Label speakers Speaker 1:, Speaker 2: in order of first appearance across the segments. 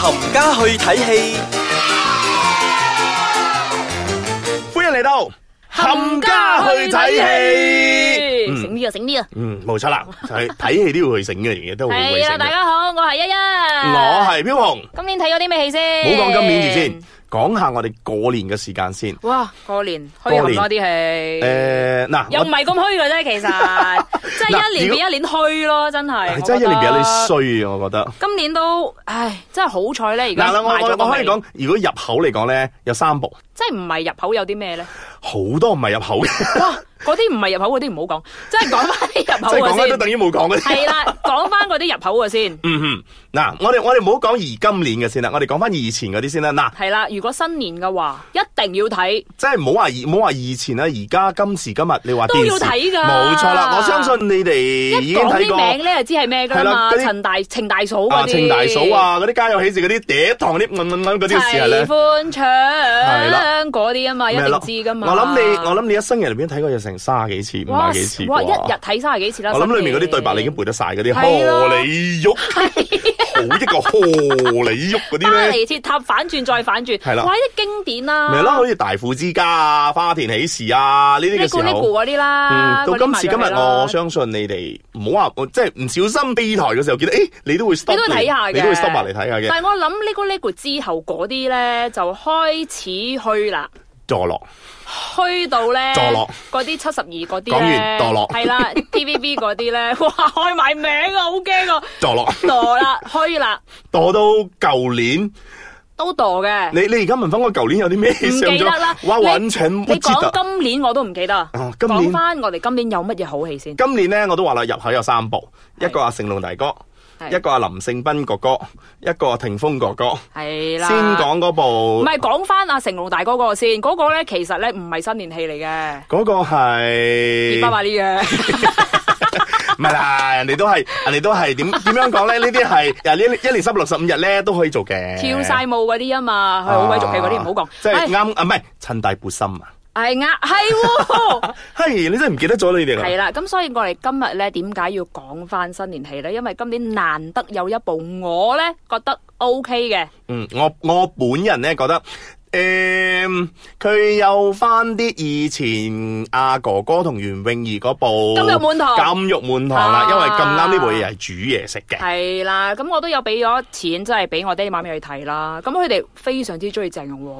Speaker 1: 冚家去睇戲。
Speaker 2: 欢迎嚟到冚家去睇戲
Speaker 3: 醒
Speaker 2: 嗯
Speaker 3: 啲啊，醒啲啊！
Speaker 2: 嗯，冇錯 啦，就係睇戲都要去醒嘅，而家都好會
Speaker 3: 係
Speaker 2: 醒
Speaker 3: 啦，啊大
Speaker 2: 嘅。
Speaker 3: 家好，啊我係一一，
Speaker 2: 我
Speaker 3: 我
Speaker 2: 係飄紅，
Speaker 3: 今年睇咗啲咩戲先？
Speaker 2: 冇講今年住先，。講下我哋過年嘅時間先。
Speaker 3: 哇，過年虛
Speaker 2: 過
Speaker 3: 冚
Speaker 2: 年
Speaker 3: 多啲戲，
Speaker 2: 诶，嗱，
Speaker 3: 又唔
Speaker 2: 我
Speaker 3: 係咁虛嘅啫，其 實即係一年比一年虛咯，真係。
Speaker 2: 係真係一年比一年
Speaker 3: 我覺得。
Speaker 2: 衰啊，我覺得。
Speaker 3: 今年都，唉，真係好彩咧，而
Speaker 2: 嗱，
Speaker 3: 家
Speaker 2: 我
Speaker 3: 賣
Speaker 2: 我
Speaker 3: 咗
Speaker 2: 我可以
Speaker 3: 個尾，
Speaker 2: 講，如果入口嚟講咧，有三部，
Speaker 3: 即係唔係入口有啲咩咧？
Speaker 2: 好多唔係入口嘅，
Speaker 3: 哇，嗰啲唔係入口嗰啲唔好講，即係講翻啲入
Speaker 2: 即係講
Speaker 3: 口嘅
Speaker 2: 咧都
Speaker 3: 啊先。
Speaker 2: 等於冇講嘅。
Speaker 3: 係啦，講翻嗰啲入口嘅先。
Speaker 2: 嗯哼，嗱，我哋我哋唔好講而今年嘅先啦，我哋講翻以前嗰啲先啦。嗱，
Speaker 3: 係啦，如果新年嘅話，一定要睇。
Speaker 2: 即係唔好話以唔好話以前啦，而家今時今日你話
Speaker 3: 都
Speaker 2: 電
Speaker 3: 要
Speaker 2: 視
Speaker 3: 睇㗎
Speaker 2: 冇錯啦。我相信你哋已
Speaker 3: 一
Speaker 2: 經
Speaker 3: 講
Speaker 2: 睇
Speaker 3: 啲名
Speaker 2: 過
Speaker 3: 咧，就知係咩㗎
Speaker 2: 係
Speaker 3: 啦
Speaker 2: 啦
Speaker 3: 嘛，
Speaker 2: 嗰啲
Speaker 3: 陳大、程大嫂嗰
Speaker 2: 啊，
Speaker 3: 啲，
Speaker 2: 程大嫂，啊，嗰啲家有喜事嗰啲嗲糖啲嗯嗯嗯嗰啲事係
Speaker 3: 齊
Speaker 2: 咧。
Speaker 3: 歡唱
Speaker 2: 啦
Speaker 3: 嗰啲啊嘛，一
Speaker 2: 咪
Speaker 3: 定
Speaker 2: 係咯
Speaker 3: 知㗎嘛。
Speaker 2: 我諗你，我諗你一生人入邊睇過有成卅幾次、五
Speaker 3: 哇
Speaker 2: 廿幾次
Speaker 3: 哇，一日
Speaker 2: 啩。
Speaker 3: 睇三十幾次啦。
Speaker 2: 我諗裏面嗰啲
Speaker 3: 新年
Speaker 2: 對白你已經背得晒嗰啲，
Speaker 3: 係咯啊
Speaker 2: 荷里喐，好一個荷里喐嗰啲
Speaker 3: 巴
Speaker 2: 咧，
Speaker 3: 黎鐵塔反轉再反轉，
Speaker 2: 係啦
Speaker 3: 哇！啲經典啦，
Speaker 2: 咪係咯，好似大富之家啊、花田喜事啊呢啲
Speaker 3: 呢
Speaker 2: 嘅
Speaker 3: 個
Speaker 2: 時
Speaker 3: 呢
Speaker 2: 候
Speaker 3: 個。嗰啲啦，
Speaker 2: 嗯，到
Speaker 3: 嗰啲
Speaker 2: 今
Speaker 3: 埋
Speaker 2: 時
Speaker 3: 咗
Speaker 2: 今日，
Speaker 3: 嚟啦
Speaker 2: 我相信你哋唔好話，我即係唔小心避台嘅時候，見到誒，你都會 stop，
Speaker 3: 你都會睇下嘅
Speaker 2: 你都會 stop 埋嚟睇下嘅，
Speaker 3: 但係我諗呢個呢個之後嗰啲咧就開始虛啦。
Speaker 2: 墮落
Speaker 3: 虛到咧，
Speaker 2: 墮落
Speaker 3: 嗰啲七十二嗰
Speaker 2: 講
Speaker 3: 啲
Speaker 2: 完
Speaker 3: 咧，
Speaker 2: 墮落
Speaker 3: 係啦，TVB 嗰啲 咧，哇開埋名啊，好驚啊！
Speaker 2: 墮落
Speaker 3: 墮啦，虛啦，
Speaker 2: 墮到舊年，
Speaker 3: 都墮嘅。
Speaker 2: 你你而家問翻我舊年有啲咩
Speaker 3: 唔
Speaker 2: 上
Speaker 3: 記得啦，
Speaker 2: 咗？哇，
Speaker 3: 你
Speaker 2: 揾錢不
Speaker 3: 你
Speaker 2: 知
Speaker 3: 講
Speaker 2: 道。
Speaker 3: 今年我都唔記得啊
Speaker 2: 啊今年
Speaker 3: 講翻我哋今年有乜嘢好戲先？
Speaker 2: 今年咧，我都話啦，入口有三部，一個阿成龍大哥，
Speaker 3: 係
Speaker 2: 一個阿林勝斌哥哥，一個阿霆鋒哥哥。
Speaker 3: 係啦，
Speaker 2: 先講嗰
Speaker 3: 唔
Speaker 2: 部，
Speaker 3: 係講翻阿成龍大哥嗰個先，嗰個咧其實咧唔係新年戲嚟嘅，
Speaker 2: 嗰個係
Speaker 3: 二百萬 呢嘅，
Speaker 2: 唔係啦，人哋都係，人哋都係點點樣講咧？呢啲係，嗱呢一年三百六十五日咧都可以做嘅。
Speaker 3: 跳晒舞嗰啲啊嘛，係好鬼俗氣嗰啲唔好講。
Speaker 2: 即係
Speaker 3: 係
Speaker 2: 啱啊，唔係趁大撥心啊！
Speaker 3: 係呃係喎。
Speaker 2: 嘿，你真係唔記得咗你哋啦。
Speaker 3: 係啦，啊咁所以我哋今日咧點解要講翻新年戲咧？因為今年難得有一部我咧覺得 O K 嘅，
Speaker 2: 嗯，我我本人咧覺得。誒，佢、有翻啲以前阿哥哥同袁詠儀嗰部
Speaker 3: 金玉滿堂
Speaker 2: 金玉滿堂啦，
Speaker 3: 啊
Speaker 2: 因為咁啱呢部嘢係煮嘢食嘅，
Speaker 3: 係啦，咁我都有俾咗錢，真係俾我爹哋媽咪去睇啦。咁佢哋非常之中意鄭容和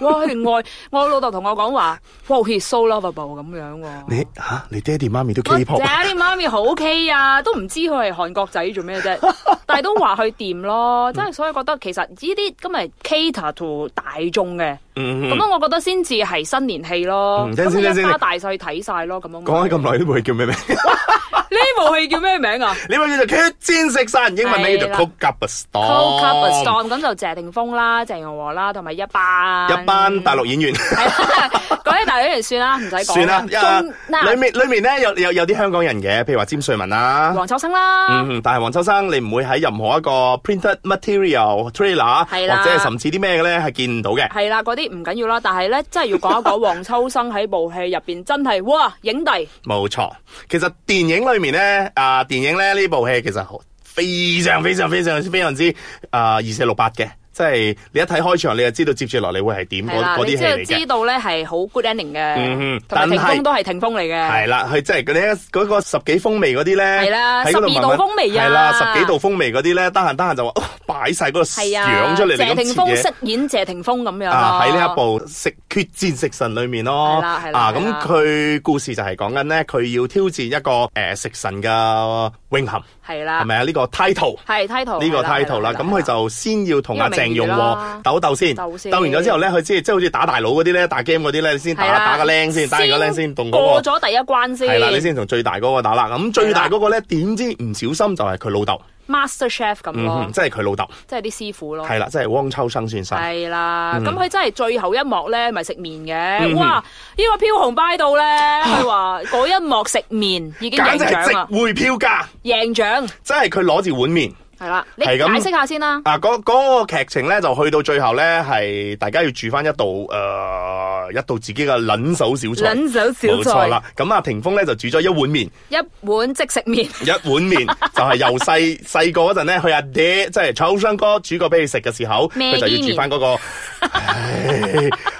Speaker 3: 喎，哇！佢哋愛我老豆同我講話，wow he's so lovable 咁樣喎。
Speaker 2: 你嚇、你爹哋媽咪都
Speaker 3: 我
Speaker 2: K-pop 啊
Speaker 3: 爹哋媽咪好 K 啊，都唔知佢係韓國仔做 咩啫，但係都話佢掂咯，真係所以覺得其實呢啲今日 cater to 大眾嘅。
Speaker 2: 嗯，
Speaker 3: 咁
Speaker 2: 嗯
Speaker 3: 樣我覺得先至係新年戲咯。
Speaker 2: 嗯
Speaker 3: 咁
Speaker 2: 等陣先
Speaker 3: 你一
Speaker 2: 等陣
Speaker 3: 家
Speaker 2: 先
Speaker 3: 大細睇晒咯，咁樣。
Speaker 2: 講開咁耐呢部戲叫咩名？
Speaker 3: 呢部戲叫咩名啊
Speaker 2: 呢部叫做《決戰食神》，英文名叫做
Speaker 3: 係
Speaker 2: 《
Speaker 3: 啦
Speaker 2: Cook Up a Storm》。
Speaker 3: ？Cold Cup of Storm 咁就謝霆鋒啦、鄭容和啦，同埋一班
Speaker 2: 一班大陸演員。
Speaker 3: 係啦 嗰啲大陸人算啦，唔使 講。
Speaker 2: 算啦，因為
Speaker 3: 中
Speaker 2: 裏
Speaker 3: 嗱，
Speaker 2: 面裏面咧有有有啲香港人嘅，譬如話詹瑞文啦，
Speaker 3: 黃秋生啦，
Speaker 2: 啊嗯，但係黃秋生你唔會喺任何一個 printed material trailer
Speaker 3: 係啦
Speaker 2: 或者係甚至啲咩嘅咧係見唔到嘅。
Speaker 3: 係啦，嗰啲唔緊要啦。但係咧，真係要講一講黃秋生喺部戲入邊真係哇影帝，
Speaker 2: 冇錯，其實電影裏面咧啊，電影咧呢部戲其實好非常非常非常非常之啊二四六八嘅，即係你一睇開場你就知道接住落嚟會係點
Speaker 3: 係
Speaker 2: 嗯嗰
Speaker 3: 啦，
Speaker 2: 嗰啲
Speaker 3: 你即
Speaker 2: 戲嚟
Speaker 3: 係知
Speaker 2: 嘅。
Speaker 3: 道咧係好 good ending
Speaker 2: 嗯
Speaker 3: 嘅
Speaker 2: 哼，
Speaker 3: 同埋
Speaker 2: 但
Speaker 3: 霆
Speaker 2: 係
Speaker 3: 鋒都係霆鋒嚟嘅。
Speaker 2: 係啦，佢即係嗰啲嗰個十幾風味嗰啲咧，
Speaker 3: 係啦
Speaker 2: 喺嗰度
Speaker 3: 12
Speaker 2: 慢慢
Speaker 3: 道風味啊
Speaker 2: 係啦，十幾度風味嗰啲咧，得閒得閒就話哦擺晒嗰個
Speaker 3: 係啊，
Speaker 2: 樣出嚟，你
Speaker 3: 謝
Speaker 2: 咁
Speaker 3: 霆
Speaker 2: 切
Speaker 3: 鋒
Speaker 2: 嘢。
Speaker 3: 飾演謝霆鋒咁樣
Speaker 2: 啊！喺呢一
Speaker 3: 咯
Speaker 2: 部《食決戰食神》裏面咯，
Speaker 3: 係啦係啦
Speaker 2: 啊
Speaker 3: 係
Speaker 2: 咁
Speaker 3: 啦
Speaker 2: 佢故事就係講緊咧，佢要挑戰一個誒、呃食神嘅呃榮銜，
Speaker 3: 係啦，
Speaker 2: 係咪啊？呢、個 title
Speaker 3: 係 title
Speaker 2: 呢個
Speaker 3: 哦係啦
Speaker 2: title 啦，
Speaker 3: 係
Speaker 2: 咁佢
Speaker 3: 係
Speaker 2: 就先要同阿
Speaker 3: 呢個名
Speaker 2: 鄭容
Speaker 3: 義
Speaker 2: 和
Speaker 3: 啦
Speaker 2: 鬥鬥先，
Speaker 3: 鬥先
Speaker 2: 鬥完咗之後咧，佢即係即係好似打大佬嗰啲咧，打 game 嗰啲咧，先打
Speaker 3: 係啦
Speaker 2: 打個僆先，打完個僆先動嗰
Speaker 3: 過
Speaker 2: 個。
Speaker 3: 咗第一關先，
Speaker 2: 係啦，你先同最大嗰個打啦。咁最大
Speaker 3: 係啦
Speaker 2: 嗰個咧，點知唔小心就係佢老豆，
Speaker 3: Master Chef 咁
Speaker 2: 嗯
Speaker 3: 咯
Speaker 2: 哼，，即係佢老豆，
Speaker 3: 即係啲師傅咯，
Speaker 2: 係啦，即係汪秋生先生。
Speaker 3: 哦係啦。
Speaker 2: 嗯
Speaker 3: 咁佢真係最後一幕咧，咪食麵
Speaker 2: 嗯啊
Speaker 3: 嘅，哇！呢個飄紅拜到咧，佢話嗰一幕食麵已經
Speaker 2: 簡
Speaker 3: 贏
Speaker 2: 直
Speaker 3: 獎啦啊
Speaker 2: 係值，回票價，
Speaker 3: 贏獎
Speaker 2: 即係佢攞住碗面，
Speaker 3: 系啦，你
Speaker 2: 係咁
Speaker 3: 解釋下先啦。
Speaker 2: 啊，嗰嗰、個劇情咧就去到最後咧，係大家要住翻一道誒、呃一道自己嘅撚手小菜，
Speaker 3: 撚手
Speaker 2: 冇
Speaker 3: 小
Speaker 2: 錯
Speaker 3: 菜，
Speaker 2: 啦。咁啊，霆鋒咧就煮咗一碗面，
Speaker 3: 一碗即食面，
Speaker 2: 一碗面就係由細細個嗰陣咧，佢阿爹即係秋生哥煮過俾佢食嘅時候，
Speaker 3: 咩
Speaker 2: 佢就要煮翻嗰、個。唉，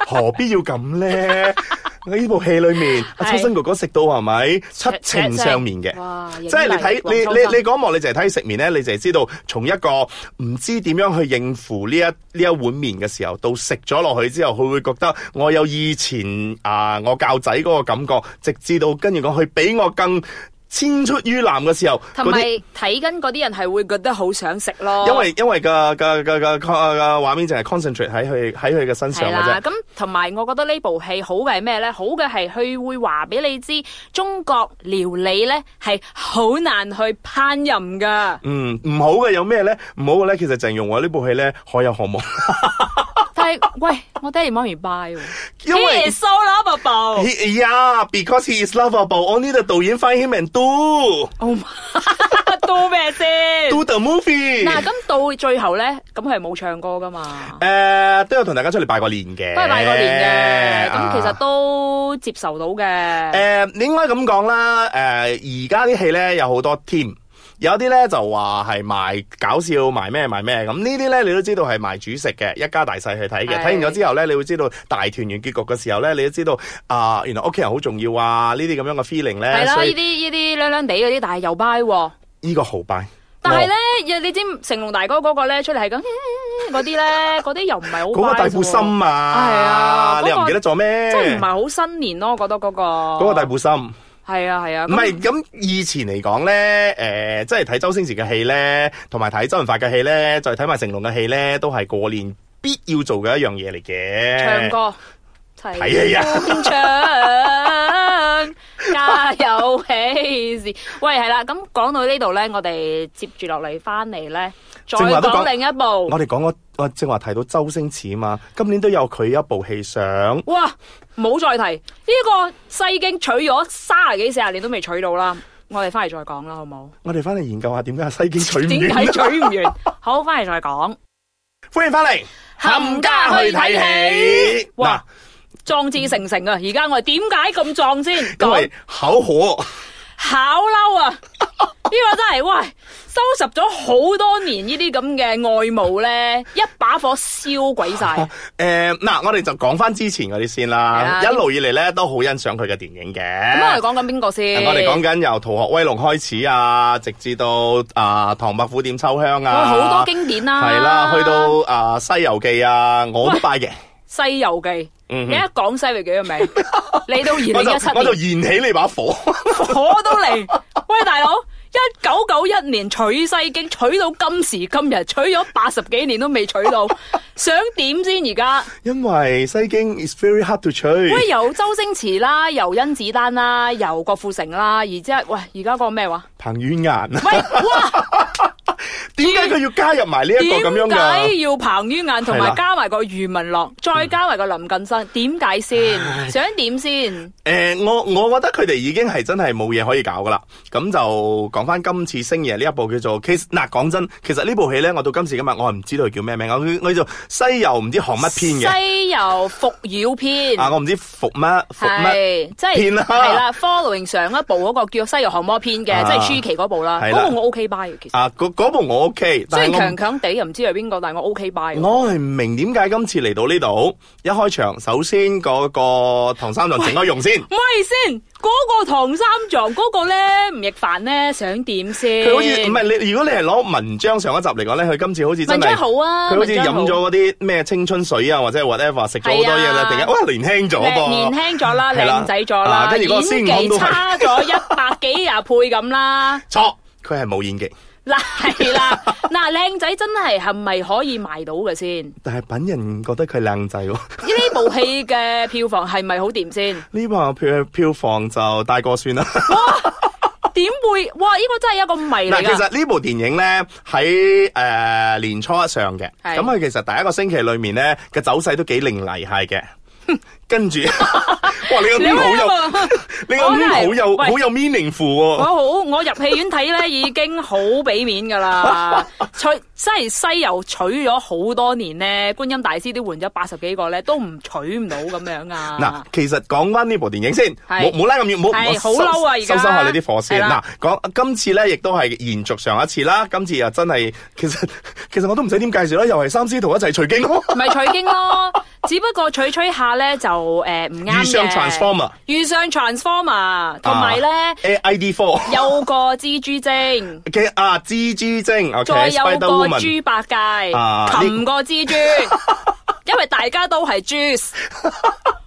Speaker 2: 何必要咁咧？喺呢部戲裏面，阿
Speaker 3: 係
Speaker 2: 秋生哥哥食到係咪七情上面嘅？
Speaker 3: 哇！即
Speaker 2: 即係你睇你你你嗰一幕，你就係睇食麵咧，你就係知道從一個唔知點樣去應付呢一呢一碗麵嘅時候，到食咗落去之後，佢會覺得我有以前啊、我教仔嗰個感覺，直至到跟住講佢比我更千出於藍嘅時候，
Speaker 3: 同
Speaker 2: 嗰
Speaker 3: 埋
Speaker 2: 啲
Speaker 3: 睇緊嗰啲人係會覺得好想食咯，
Speaker 2: 因為因為個個個個個個畫面就係 concentrate 喺佢喺佢嘅身
Speaker 3: 係
Speaker 2: 上嘅啫。
Speaker 3: 啦。。咁同埋我覺得呢部戲好嘅係咩咧？好嘅係佢會話俾你知，中國料理咧係好難去烹飪噶
Speaker 2: 嗯，唔好嘅有咩咧？唔好嘅咧，其實鄭容華呢部戲咧可有可無，
Speaker 3: 但係喂，我爹哋媽咪 buy 喎，
Speaker 2: 因為。
Speaker 3: so lovable。
Speaker 2: He, yeah, because he is lovable. Only the 導演 find him and do
Speaker 3: Oh my- 都咩先？
Speaker 2: do the movie。
Speaker 3: 嗱，咁到最後咧，咁佢係冇唱歌噶嘛，
Speaker 2: 誒都有同大家出嚟拜過年嘅，
Speaker 3: 都係拜過年嘅，咁其實
Speaker 2: 啊。
Speaker 3: 都接受到嘅。
Speaker 2: 誒，你應該咁講啦。誒，而家啲戲咧有好多 team，有啲咧就話係賣搞笑、賣咩賣咩咁。呢啲咧你都知道係賣主食嘅，一家大細去睇嘅。睇
Speaker 3: 係
Speaker 2: 完咗之後咧，你會知道大團圓結局嘅時候咧，你都知道啊，原來屋企人好重要啊。呢啲咁樣嘅 feeling
Speaker 3: 係
Speaker 2: 咧，
Speaker 3: 啦，
Speaker 2: 所
Speaker 3: 呢啲
Speaker 2: 以
Speaker 3: 呢啲孏孏地嗰啲，但係又 buy 喎。
Speaker 2: 呢個豪拜。
Speaker 3: 但係咧，你知成龍大哥嗰個咧出嚟係咁 嗰啲咧，嗰啲又唔係好
Speaker 2: 我，嗰個
Speaker 3: buy
Speaker 2: 大
Speaker 3: 啫喎
Speaker 2: 布心啊，
Speaker 3: 係啊
Speaker 2: 你又
Speaker 3: 嗰
Speaker 2: 唔
Speaker 3: 個
Speaker 2: 記得咗咩？
Speaker 3: 即係唔係好新年咯？我覺得嗰個
Speaker 2: 嗰
Speaker 3: 嗰
Speaker 2: 個大布心。
Speaker 3: 係啊係啊，
Speaker 2: 唔係咁以前嚟講咧，誒、即係睇周星馳嘅戲咧，同埋睇周潤發嘅戲咧，再睇埋成龍嘅戲咧，都係過年必要做嘅一樣嘢嚟嘅。
Speaker 3: 唱歌。
Speaker 2: 睇戲啊
Speaker 3: 齊唱！ 家有喜事。喂，係啦，咁講到呢度咧，我哋接住落嚟翻嚟咧，再
Speaker 2: 正話都講
Speaker 3: 講另一部。
Speaker 2: 我哋講我我正話提到周星馳啊嘛，今年都有佢一部戲上，
Speaker 3: 哇，冇再提呢、個西京取咗三十幾四十年都未取到啦，我哋翻嚟再講啦，好冇？
Speaker 2: 我哋翻嚟研究下點解西京取
Speaker 3: 點
Speaker 2: 唔
Speaker 3: 解
Speaker 2: 完。
Speaker 3: 取唔完？好，翻嚟再講。
Speaker 2: 歡迎翻嚟，
Speaker 3: 冚家去睇
Speaker 2: 戲。嗱
Speaker 3: 哇，壯志成城啊！而家我哋點解咁 壯先？
Speaker 2: 因
Speaker 3: 講
Speaker 2: 為口可。
Speaker 3: 考嬲啊！呢個真係喂，收拾咗好多年呢啲咁嘅外務咧，一把火燒鬼 晒。
Speaker 2: 誒嗱、我哋就講翻之前嗰啲先啦，
Speaker 3: 係啊
Speaker 2: 一路以嚟咧都好欣賞佢嘅電影嘅。
Speaker 3: 咁啊我哋講緊邊個先？
Speaker 2: 我哋講緊由《逃學威龍》開始啊，直至到啊《唐伯虎點秋香》
Speaker 3: 哇
Speaker 2: 啊，
Speaker 3: 好多經典啦，
Speaker 2: 係啦，去到啊《西遊記》啊，我都拜嘅。
Speaker 3: 《西遊記》。
Speaker 2: 嗯
Speaker 3: 你一講西遊記嘅名，嚟到二 零
Speaker 2: 我就
Speaker 3: 一七
Speaker 2: 我就
Speaker 3: 年，
Speaker 2: 燃起你把火，
Speaker 3: 火都嚟。喂，大佬，一九九一年取西經，取到今時今日，取咗八十幾年都未取 到，想點先而家？
Speaker 2: 因為《西經》is very hard to
Speaker 3: 喂，
Speaker 2: 取。
Speaker 3: 由周星馳啦，由甄子丹啦，由郭富城啦，而之後喂，而家嗰個咩話？
Speaker 2: 彭于晏，
Speaker 3: 喂，哇，
Speaker 2: 點解佢要加入埋呢一個
Speaker 3: 點
Speaker 2: 咁樣
Speaker 3: 解
Speaker 2: 㗎？
Speaker 3: 要彭于晏同
Speaker 2: 係
Speaker 3: 埋
Speaker 2: 啦嗯
Speaker 3: 加埋個余文樂，再加埋個林近生？點解先？想點先？
Speaker 2: 誒，我我覺得佢哋已經係真係冇嘢可以搞㗎啦。咁就講翻今次星爺呢一部叫做《Case》。嗱，講真，其實呢部戲咧，我到今時今日我係唔知道佢叫咩名，我我叫做《西遊唔知行乜篇》嘅。
Speaker 3: 西遊伏妖篇。
Speaker 2: 啊，我唔知服乜服乜，
Speaker 3: 係，即
Speaker 2: 片
Speaker 3: 係
Speaker 2: 啦
Speaker 3: 係啦，following 上一部嗰個叫《西遊降魔篇》嘅，
Speaker 2: 啊
Speaker 3: 即係舒淇嗰部啦，
Speaker 2: 係啦
Speaker 3: 嗰部我 OK buy 嘅，其實
Speaker 2: 啊嗰嗰部我 OK，
Speaker 3: 雖
Speaker 2: 但
Speaker 3: 然
Speaker 2: 係
Speaker 3: 強強地又唔知係邊個，但係我 OK buy 嘅。
Speaker 2: 我我係唔明點解今次嚟到呢度一開場，首先嗰個唐三藏整開容先，
Speaker 3: 唔係先，嗰、個唐三藏嗰個咧，吳亦凡咧想點先？
Speaker 2: 佢好似唔係你，如果你係攞文章上一集嚟講咧，佢今次好似真
Speaker 3: 文章
Speaker 2: 係。
Speaker 3: 好啊，
Speaker 2: 佢好似飲
Speaker 3: 文章
Speaker 2: 咗嗰啲咩青春水啊，或者 whatever 食咗好多嘢
Speaker 3: 係
Speaker 2: 啦，
Speaker 3: 啊
Speaker 2: 突然間哇年輕咗
Speaker 3: 靚年
Speaker 2: 噃，
Speaker 3: 輕咗啦，
Speaker 2: 係啦
Speaker 3: 靚仔咗
Speaker 2: 啊
Speaker 3: 啦，
Speaker 2: 跟住嗰個孫悟空
Speaker 3: 演
Speaker 2: 都
Speaker 3: 技
Speaker 2: 係
Speaker 3: 差咗一百幾廿倍咁啦。
Speaker 2: 錯，佢係冇演技，
Speaker 3: 嗱係啦，嗱靚仔真係係咪可以賣到嘅先？
Speaker 2: 但係品人覺得佢靚仔喎。
Speaker 3: 呢部戲嘅票房係咪好掂先？
Speaker 2: 呢部票票房就大過算啦。
Speaker 3: 點會？哇！呢個真係一個謎
Speaker 2: 嗱，
Speaker 3: 嚟
Speaker 2: 其
Speaker 3: 㗎。
Speaker 2: 實呢部電影咧喺誒年初一上嘅，
Speaker 3: 係
Speaker 2: 咁佢其實第一個星期裏面咧嘅走勢都幾凌厲係嘅。跟住， 哇！你個
Speaker 3: 你
Speaker 2: meme 好有，
Speaker 3: 有 冇
Speaker 2: 你個
Speaker 3: 我真
Speaker 2: meme
Speaker 3: 係
Speaker 2: 好有
Speaker 3: 喂
Speaker 2: 好有 meaningful
Speaker 3: 我
Speaker 2: 喎。
Speaker 3: 好，我入戲院睇咧已經好俾面 噶啦，取真係西遊取咗好多年咧，觀音大師都換咗八十幾個咧，都唔取唔到咁樣
Speaker 2: 嗱
Speaker 3: 啊！，
Speaker 2: 其實講翻呢部電影先，
Speaker 3: 係
Speaker 2: 冇冇拉咁遠，冇
Speaker 3: 係
Speaker 2: 我
Speaker 3: 好
Speaker 2: 收
Speaker 3: 嬲啊而家
Speaker 2: 收收下你啲火先。
Speaker 3: 係
Speaker 2: 嗱
Speaker 3: 啦，
Speaker 2: 講今次咧，亦都係延續上一次啦。今次又真係， 其實其實我都唔使點介紹啦，又係三師徒一齊取經咯，
Speaker 3: 咪取經咯，只不過取取下咧就誒呃唔啱嘅。
Speaker 2: 遇上 Transformer
Speaker 3: 遇上 transformer，同埋咧
Speaker 2: 啊 A I D Four
Speaker 3: 有個蜘蛛精。
Speaker 2: 嘅啊蜘蛛精，OK
Speaker 3: 再有
Speaker 2: Spider
Speaker 3: 個
Speaker 2: Woman
Speaker 3: 豬八戒
Speaker 2: 啊，呢
Speaker 3: 擒個蜘 蛛，因為大家都係 juice。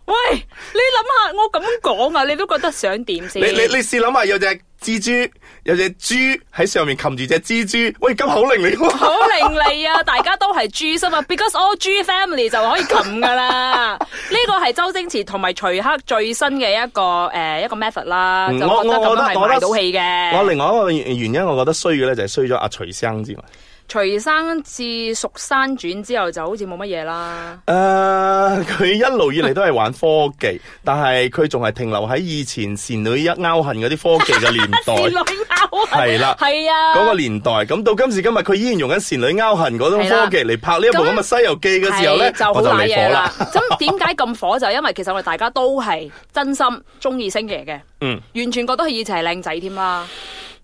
Speaker 3: 喂，你諗下，我咁講啊，你都覺得想點先？
Speaker 2: 你你你試諗下，有隻蜘蛛，有隻豬喺上面擒住隻蜘蛛，喂，咁口令嚟 喎。
Speaker 3: 好伶俐啊！大家都係豬啊嘛，because all 豬 family 就可以擒噶 啦。呢個係周星馳同埋徐克最新嘅一個誒、呃一個 method 啦，
Speaker 2: 嗯
Speaker 3: 就覺得
Speaker 2: 我我
Speaker 3: 咁樣係
Speaker 2: 我覺得
Speaker 3: 賣到戲嘅。
Speaker 2: 我另外一個原因，我覺得衰嘅咧就係衰咗阿徐生之外。
Speaker 3: 徐生自《蜀山傳》之後就好似冇乜嘢啦。
Speaker 2: 誒、 佢一路以嚟都係玩科 技，但係佢仲係停留喺以前倩女一勾痕嗰啲科技嘅年
Speaker 3: 倩
Speaker 2: 代，
Speaker 3: 女幽魂
Speaker 2: 哦係啦
Speaker 3: 係啊，
Speaker 2: 嗰個年代。咁到今時今日，佢依然用緊倩女勾痕嗰種科技嚟拍呢一部咁嘅《西遊記》嘅時候咧
Speaker 3: 係，就好
Speaker 2: 我就
Speaker 3: 賴
Speaker 2: 嚟
Speaker 3: 嘢
Speaker 2: 火
Speaker 3: 啦
Speaker 2: 啦。。
Speaker 3: 咁點解咁火？就因為其實我哋大家都係真心中意星爺嘅，
Speaker 2: 嗯，
Speaker 3: 完全覺得佢以前係靚仔添啦，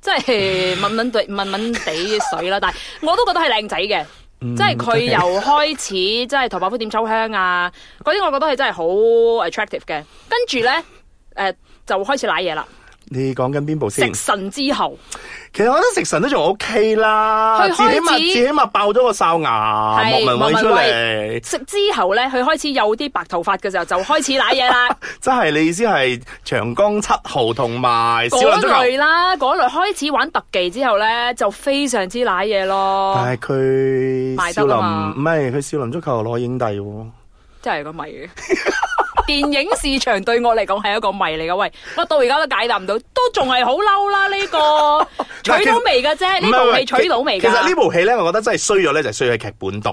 Speaker 3: 即 係敏敏地敏敏地水啦。但係我都覺得係靚仔嘅。
Speaker 2: 嗯
Speaker 3: 即係佢由開始，即係《唐伯虎點秋香》啊，嗰啲我覺得係真係好 attractive 嘅。跟住呢，誒、就開始賴嘢啦。
Speaker 2: 你講緊邊部
Speaker 3: 食
Speaker 2: 先？
Speaker 3: 神之後，
Speaker 2: 其實我覺得食神都仲 OK 啦，
Speaker 3: 佢
Speaker 2: 至
Speaker 3: 開
Speaker 2: 起碼
Speaker 3: 始
Speaker 2: 至起碼爆咗個哨牙，
Speaker 3: 係
Speaker 2: 莫文蔚
Speaker 3: 莫文
Speaker 2: 出
Speaker 3: 蔚
Speaker 2: 嚟。
Speaker 3: 食之後呢，佢開始有啲白頭髮嘅時候，就開始賴嘢啦。
Speaker 2: 即係你意思係長江七號同埋少
Speaker 3: 嗰
Speaker 2: 林足球。
Speaker 3: 類啦，嗰類開始玩特技之後咧，就非常之濑嘢咯，
Speaker 2: 但係佢
Speaker 3: 賣
Speaker 2: 少
Speaker 3: 得
Speaker 2: 林
Speaker 3: 啊嘛
Speaker 2: 唔係佢少林足球攞影帝喎。
Speaker 3: 真係個謎 嘅。電影市場對我嚟講係一個謎嚟噶，喂，我到而家都解答唔到，都仲係好嬲啦！呢、個
Speaker 2: 嗱
Speaker 3: 取到未嘅啫，
Speaker 2: 唔係
Speaker 3: 呢部
Speaker 2: 喂
Speaker 3: 戲取到未
Speaker 2: 其
Speaker 3: 㗎？
Speaker 2: 其實呢部戲咧，我覺得真係衰咗咧，就係衰喺劇本度。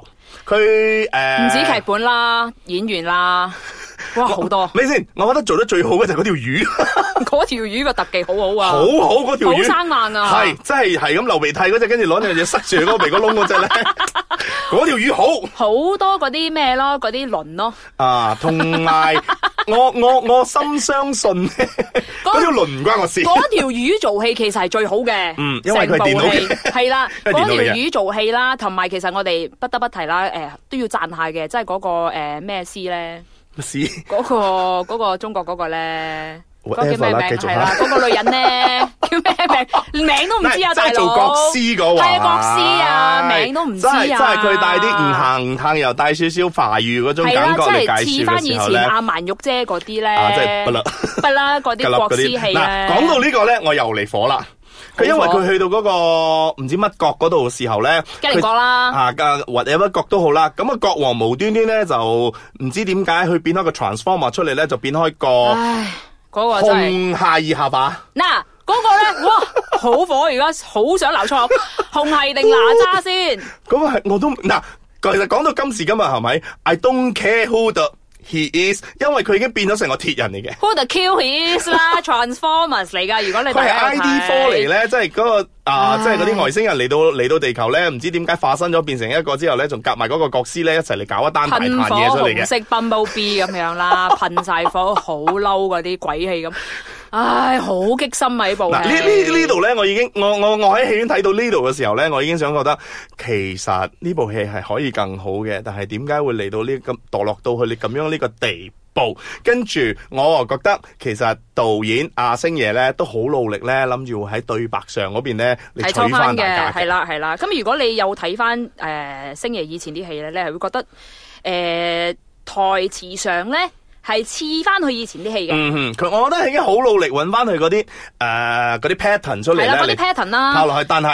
Speaker 2: 佢誒，
Speaker 3: 唔
Speaker 2: 唔
Speaker 3: 止劇本啦，演員啦，
Speaker 2: ！
Speaker 3: 哇，好多
Speaker 2: 咪先，我覺得做得最好嘅就係嗰條魚，
Speaker 3: 嗰條魚個特技好好啊，
Speaker 2: 好好嗰條
Speaker 3: 好
Speaker 2: 魚，
Speaker 3: 生硬啊，
Speaker 2: 係真係係咁流鼻涕嗰只，跟住攞兩隻嘢塞住嗰個鼻哥窿嗰只 咧，嗰條魚好
Speaker 3: 好多嗰啲咩咯，嗰啲輪咯，
Speaker 2: 啊，同埋我我我深相信呢嗰條輪唔關我 事。
Speaker 3: 嗰條魚做戲其實係最好嘅，
Speaker 2: 嗯因為佢係電腦嘅
Speaker 3: 成部戲 係啦，
Speaker 2: 因為電腦
Speaker 3: 嗰條
Speaker 2: 嚟嘅
Speaker 3: 魚做戲啦，同埋其實我哋不得不提啦，誒、都要讚下嘅，即係嗰、個誒咩師咧，
Speaker 2: 屎
Speaker 3: 嗰、個嗰、個中國嗰個咧。嗰個叫
Speaker 2: Whatever
Speaker 3: 咩
Speaker 2: 啦
Speaker 3: 名
Speaker 2: 繼續
Speaker 3: 係
Speaker 2: 啦
Speaker 3: 啦，嗰個女人咧 叫咩名？名都唔知啊，
Speaker 2: 真
Speaker 3: 大
Speaker 2: 係
Speaker 3: 佬。
Speaker 2: 做國師嗰位，
Speaker 3: 係啊，國師啊，名都唔知啊。
Speaker 2: 真係真係佢帶啲唔行唔行，又帶少少華語嗰種
Speaker 3: 係
Speaker 2: 感
Speaker 3: 啦，
Speaker 2: 覺
Speaker 3: 即
Speaker 2: 嚟
Speaker 3: 係
Speaker 2: 介
Speaker 3: 似
Speaker 2: 紹嘅
Speaker 3: 翻以
Speaker 2: 時候
Speaker 3: 前
Speaker 2: 咧，
Speaker 3: 阿曼玉姐嗰啲咧。
Speaker 2: 啊，真係不啦。
Speaker 3: 不啦，嗰
Speaker 2: 吉粒
Speaker 3: 啲國師戲咧。啊
Speaker 2: 嗱，講到呢個咧，我又嚟火啦。佢因為佢去到嗰個唔知乜國嗰度嘅時候咧，
Speaker 3: 吉靈國
Speaker 2: 佢
Speaker 3: 啦。
Speaker 2: 啊嘅或者乜國都好啦，咁啊國王無端端咧就唔知點解佢變開個 transformer 出嚟咧，就變開個
Speaker 3: 唉，嗰、個真係
Speaker 2: 紅下二下巴，
Speaker 3: 嗱，嗰、個咧，哇，好火！而家好想鬧錯，紅係定哪吒先？
Speaker 2: 咁啊我都嗱，其實講到今時今日係咪？I don't care who the he is，因為佢已經變咗成個鐵人嚟嘅。
Speaker 3: Who the Q is 啦，Transformers 嚟噶。如果你
Speaker 2: 佢係 ID 科嚟
Speaker 3: 咧，
Speaker 2: 咧，即係嗰個啊，
Speaker 3: 唉
Speaker 2: 即係嗰啲外星人嚟到嚟到地球咧，唔知點解化身咗變成一個之後咧，仲夾埋嗰個角師咧一齊嚟搞一單大
Speaker 3: 噴
Speaker 2: 壇
Speaker 3: 火
Speaker 2: 嘢出嚟
Speaker 3: 紅
Speaker 2: 嘅。
Speaker 3: 色 Bumblebee 咁 樣啦，噴晒火，好嬲嗰啲鬼氣咁。唉，好激心啊！呢部
Speaker 2: 嗱，呢呢呢度咧，我已經我我我喺戲院睇到呢度嘅時候咧，我已經想覺得其實呢部戲係可以更好嘅，但係點解會嚟到呢咁墮落到去你咁樣呢個地步？跟住我又覺得其實導演阿星爺咧都好努力咧，諗住會喺對白上嗰邊咧嚟
Speaker 3: 係
Speaker 2: 取
Speaker 3: 抽
Speaker 2: 翻
Speaker 3: 翻
Speaker 2: 大家
Speaker 3: 嘅，
Speaker 2: 嘅
Speaker 3: 係啦係啦。咁如果你有睇翻誒星爺以前啲戲咧，你係會覺得誒、呃台詞上咧係似翻佢以前啲戲嘅。
Speaker 2: 嗯哼，佢我覺得已經好努力揾翻佢嗰啲誒嗰啲 pattern 出嚟
Speaker 3: 係啦，嗰
Speaker 2: 咧，
Speaker 3: 啲
Speaker 2: 嚟
Speaker 3: pattern
Speaker 2: 拋
Speaker 3: 啦。
Speaker 2: 落去。但係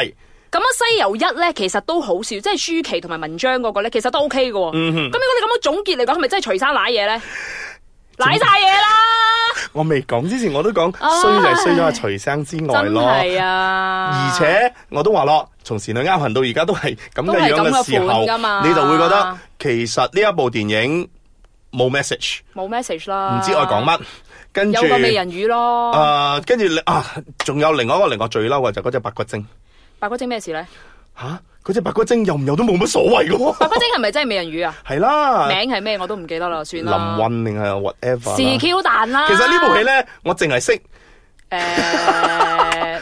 Speaker 3: 咁啊，《西遊一》咧其實都好笑，即係舒淇同埋文章嗰個咧，其實都 OK 嘅喎。
Speaker 2: 嗯
Speaker 3: 咁、如果你咁樣總結嚟講，係咪真係徐生賴嘢 咧？賴晒嘢啦，
Speaker 2: 我未講之前，我都講
Speaker 3: 唉
Speaker 2: 衰就係衰咗阿徐生之外
Speaker 3: 真
Speaker 2: 咯，
Speaker 3: 係啊！
Speaker 2: 而且我都話咯，從倩女勾痕到而家都係咁
Speaker 3: 都
Speaker 2: 嘅
Speaker 3: 係
Speaker 2: 樣
Speaker 3: 咁
Speaker 2: 嘅
Speaker 3: 嘅
Speaker 2: 時候
Speaker 3: 款㗎，嘛
Speaker 2: 你就會覺得其實呢一部電影冇 message，
Speaker 3: 冇 message 啦，
Speaker 2: 唔知我講乜，跟
Speaker 3: 有
Speaker 2: 住
Speaker 3: 個美人魚咯，
Speaker 2: 誒，跟住你啊，仲有另外一個令我最嬲嘅就係嗰只白骨精
Speaker 3: 白骨精咩事咧？
Speaker 2: 吓，嗰只白骨精有唔有都冇乜所謂嘅
Speaker 3: 白
Speaker 2: 喎，
Speaker 3: 骨精係咪真係美人魚 啊？
Speaker 2: 係啦，
Speaker 3: 名係咩我都唔記得啦，算
Speaker 2: 林
Speaker 3: 啦。
Speaker 2: 韻定係 whatever
Speaker 3: 是
Speaker 2: 啦
Speaker 3: Q 彈啦。
Speaker 2: 其實呢部戲咧，我淨係識
Speaker 3: 誒，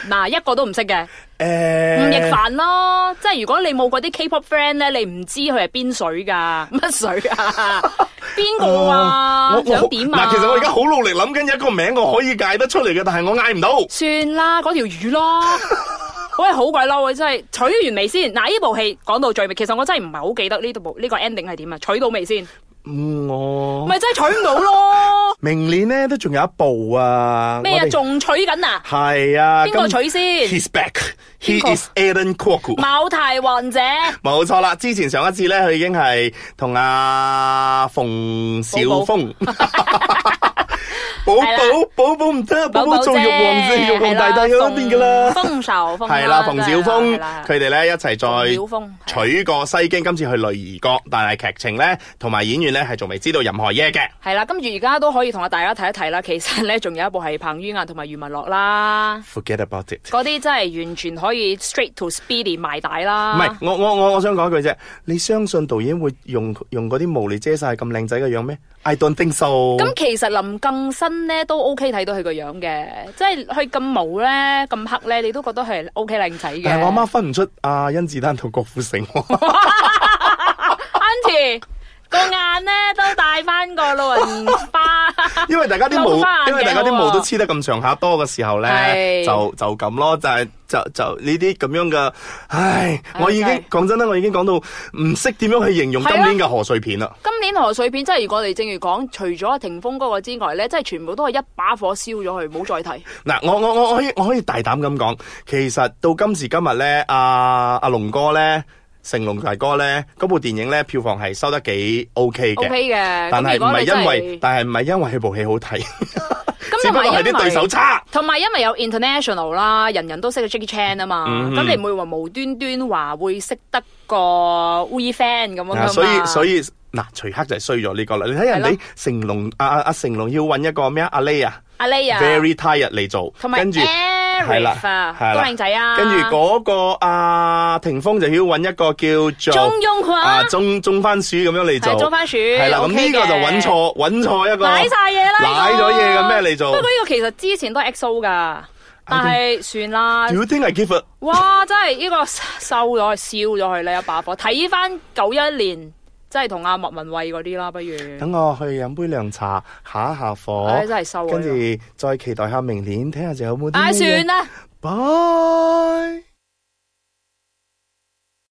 Speaker 3: 嗱一個都唔識嘅，
Speaker 2: 誒
Speaker 3: 吳亦凡咯，即係如果你冇嗰啲 K-pop friend 咧，你唔知佢係邊 水㗎，乜水啊？邊個
Speaker 2: 哦
Speaker 3: 啊
Speaker 2: 我？我
Speaker 3: 想點啊？
Speaker 2: 嗱，其實我而家好努力諗緊一個名我可以解得出嚟嘅，但係我嗌唔到。
Speaker 3: 算啦，嗰條 魚咯。喂，好鬼嬲啊！真係取完未先？嗱，呢部戲講到最尾，其實我真係唔係好記得呢度部呢個 ending 係點啊？取到未先？
Speaker 2: 嗯，我
Speaker 3: 咪真係取唔到 咯？
Speaker 2: 明年咧都仲有一部啊。
Speaker 3: 咩
Speaker 2: 我
Speaker 3: 啊？
Speaker 2: 哋
Speaker 3: 仲取緊啊？
Speaker 2: 係啊。
Speaker 3: 邊個
Speaker 2: 今
Speaker 3: 取先？
Speaker 2: à, ？He's back.
Speaker 3: 邊個
Speaker 2: He is Alan Kwok.
Speaker 3: 某提患者，
Speaker 2: 冇錯啦，之前上一次咧，佢已經係同阿馮小峰。寶寶寶寶唔得， 寶寶做玉皇
Speaker 3: 姐
Speaker 2: 玉皇大帝嗰邊噶啦。
Speaker 3: 豐仇豐
Speaker 2: 係啦，馮小峰佢
Speaker 3: 佢
Speaker 2: 哋咧一齊
Speaker 3: 馮小
Speaker 2: 再
Speaker 3: 峰
Speaker 2: 取過西京，今次去女兒國，但係劇情咧同埋演員咧係仲未知道任何嘢嘅。
Speaker 3: 係啦，跟住而家都可以同啊大家睇一睇啦。其實咧，仲有一部係彭于晏同埋余文樂啦，
Speaker 2: Forget about it。
Speaker 3: 嗰啲真係完全可以 straight to speedy 賣帶啦。
Speaker 2: 唔係，我我我我想講一句啫，你相信導演會用用嗰啲毛嚟遮晒咁靚仔嘅樣咩？I don't think so。
Speaker 3: 咁其實林更新咧都 OK 睇到佢個樣嘅，即係佢咁毛咧、咁黑咧，你都覺得佢係 OK 靚仔嘅。
Speaker 2: 但係我阿媽分唔出阿甄子丹同郭富城喎，
Speaker 3: Auntie 個眼咧都戴翻個老人花，
Speaker 2: 因為大家啲
Speaker 3: 留返
Speaker 2: 毛，
Speaker 3: 眼
Speaker 2: 因為大家啲
Speaker 3: 鏡喎
Speaker 2: 毛都黐得咁上下多嘅時候咧，
Speaker 3: 係
Speaker 2: 就就咁咯，就係就就呢啲咁樣嘅，唉，
Speaker 3: 唉
Speaker 2: 我已經
Speaker 3: 真係
Speaker 2: 講真啦，我已經講到唔識點樣去形容今
Speaker 3: 係啊
Speaker 2: 年嘅賀歲片啦。
Speaker 3: 今年賀歲片真係如我哋正如講，除咗霆鋒嗰個之外咧，真係全部都係一把火燒咗佢，冇再睇。
Speaker 2: 嗱，我我我我可以我可以大膽咁講，其實到今時今日咧，阿、阿龍哥咧，成龍大哥咧，嗰部電影咧票房係收得幾 OK 嘅
Speaker 3: O K 嘅，
Speaker 2: 但
Speaker 3: 咁
Speaker 2: 係
Speaker 3: 如
Speaker 2: 唔
Speaker 3: 果
Speaker 2: 係
Speaker 3: 你真
Speaker 2: 因為，但係唔係因為佢部戲好睇，
Speaker 3: 咁
Speaker 2: 只不過
Speaker 3: 同埋
Speaker 2: 係
Speaker 3: 因
Speaker 2: 啲
Speaker 3: 為
Speaker 2: 對手差。
Speaker 3: 同埋因為有 international 啦，人人都識嘅 Jackie Chan 啊嘛，
Speaker 2: 嗯
Speaker 3: 咁、你唔會話無端端話會識得個 We Fan 咁樣
Speaker 2: 啊
Speaker 3: 噶
Speaker 2: 所以所
Speaker 3: 以
Speaker 2: 以嗱，徐克就係衰咗呢個啦。你睇人
Speaker 3: 係
Speaker 2: 哋
Speaker 3: 咯
Speaker 2: 成龍，阿阿阿成龍要揾一個咩啊？阿 Lay 啊
Speaker 3: 阿 Lay 啊，
Speaker 2: ，Very Tired 嚟做，
Speaker 3: 同埋
Speaker 2: 跟住
Speaker 3: Eric 啊，
Speaker 2: 係啦
Speaker 3: 都靚仔啊，
Speaker 2: 跟住嗰個阿霆鋒就要揾一個叫
Speaker 3: 中
Speaker 2: 做
Speaker 3: 庸佢
Speaker 2: 啊中中番薯咁樣嚟
Speaker 3: 係中
Speaker 2: 做。
Speaker 3: 番薯，
Speaker 2: 係啦，咁
Speaker 3: OK
Speaker 2: 呢個就
Speaker 3: 嘅
Speaker 2: 揾，錯揾錯一個，
Speaker 3: 奶晒嘢啦，
Speaker 2: 舐咗嘢
Speaker 3: 咁
Speaker 2: 嘅咩你做
Speaker 3: 不過呢個其實之前都係 XO 噶，但係算啦
Speaker 2: Do。you think I give a
Speaker 3: 哇！真係呢個收咗佢，燒咗佢呢一把火。睇翻九一年，即係同阿莫文蔚嗰啲啦，不如。
Speaker 2: 等我去飲杯涼茶下一下火
Speaker 3: 唉，，真係收啊。
Speaker 2: 跟住再期待下明年，睇下仲有冇啲啊
Speaker 3: 唉，
Speaker 2: 咩嘢
Speaker 3: 算啦。
Speaker 2: Bye。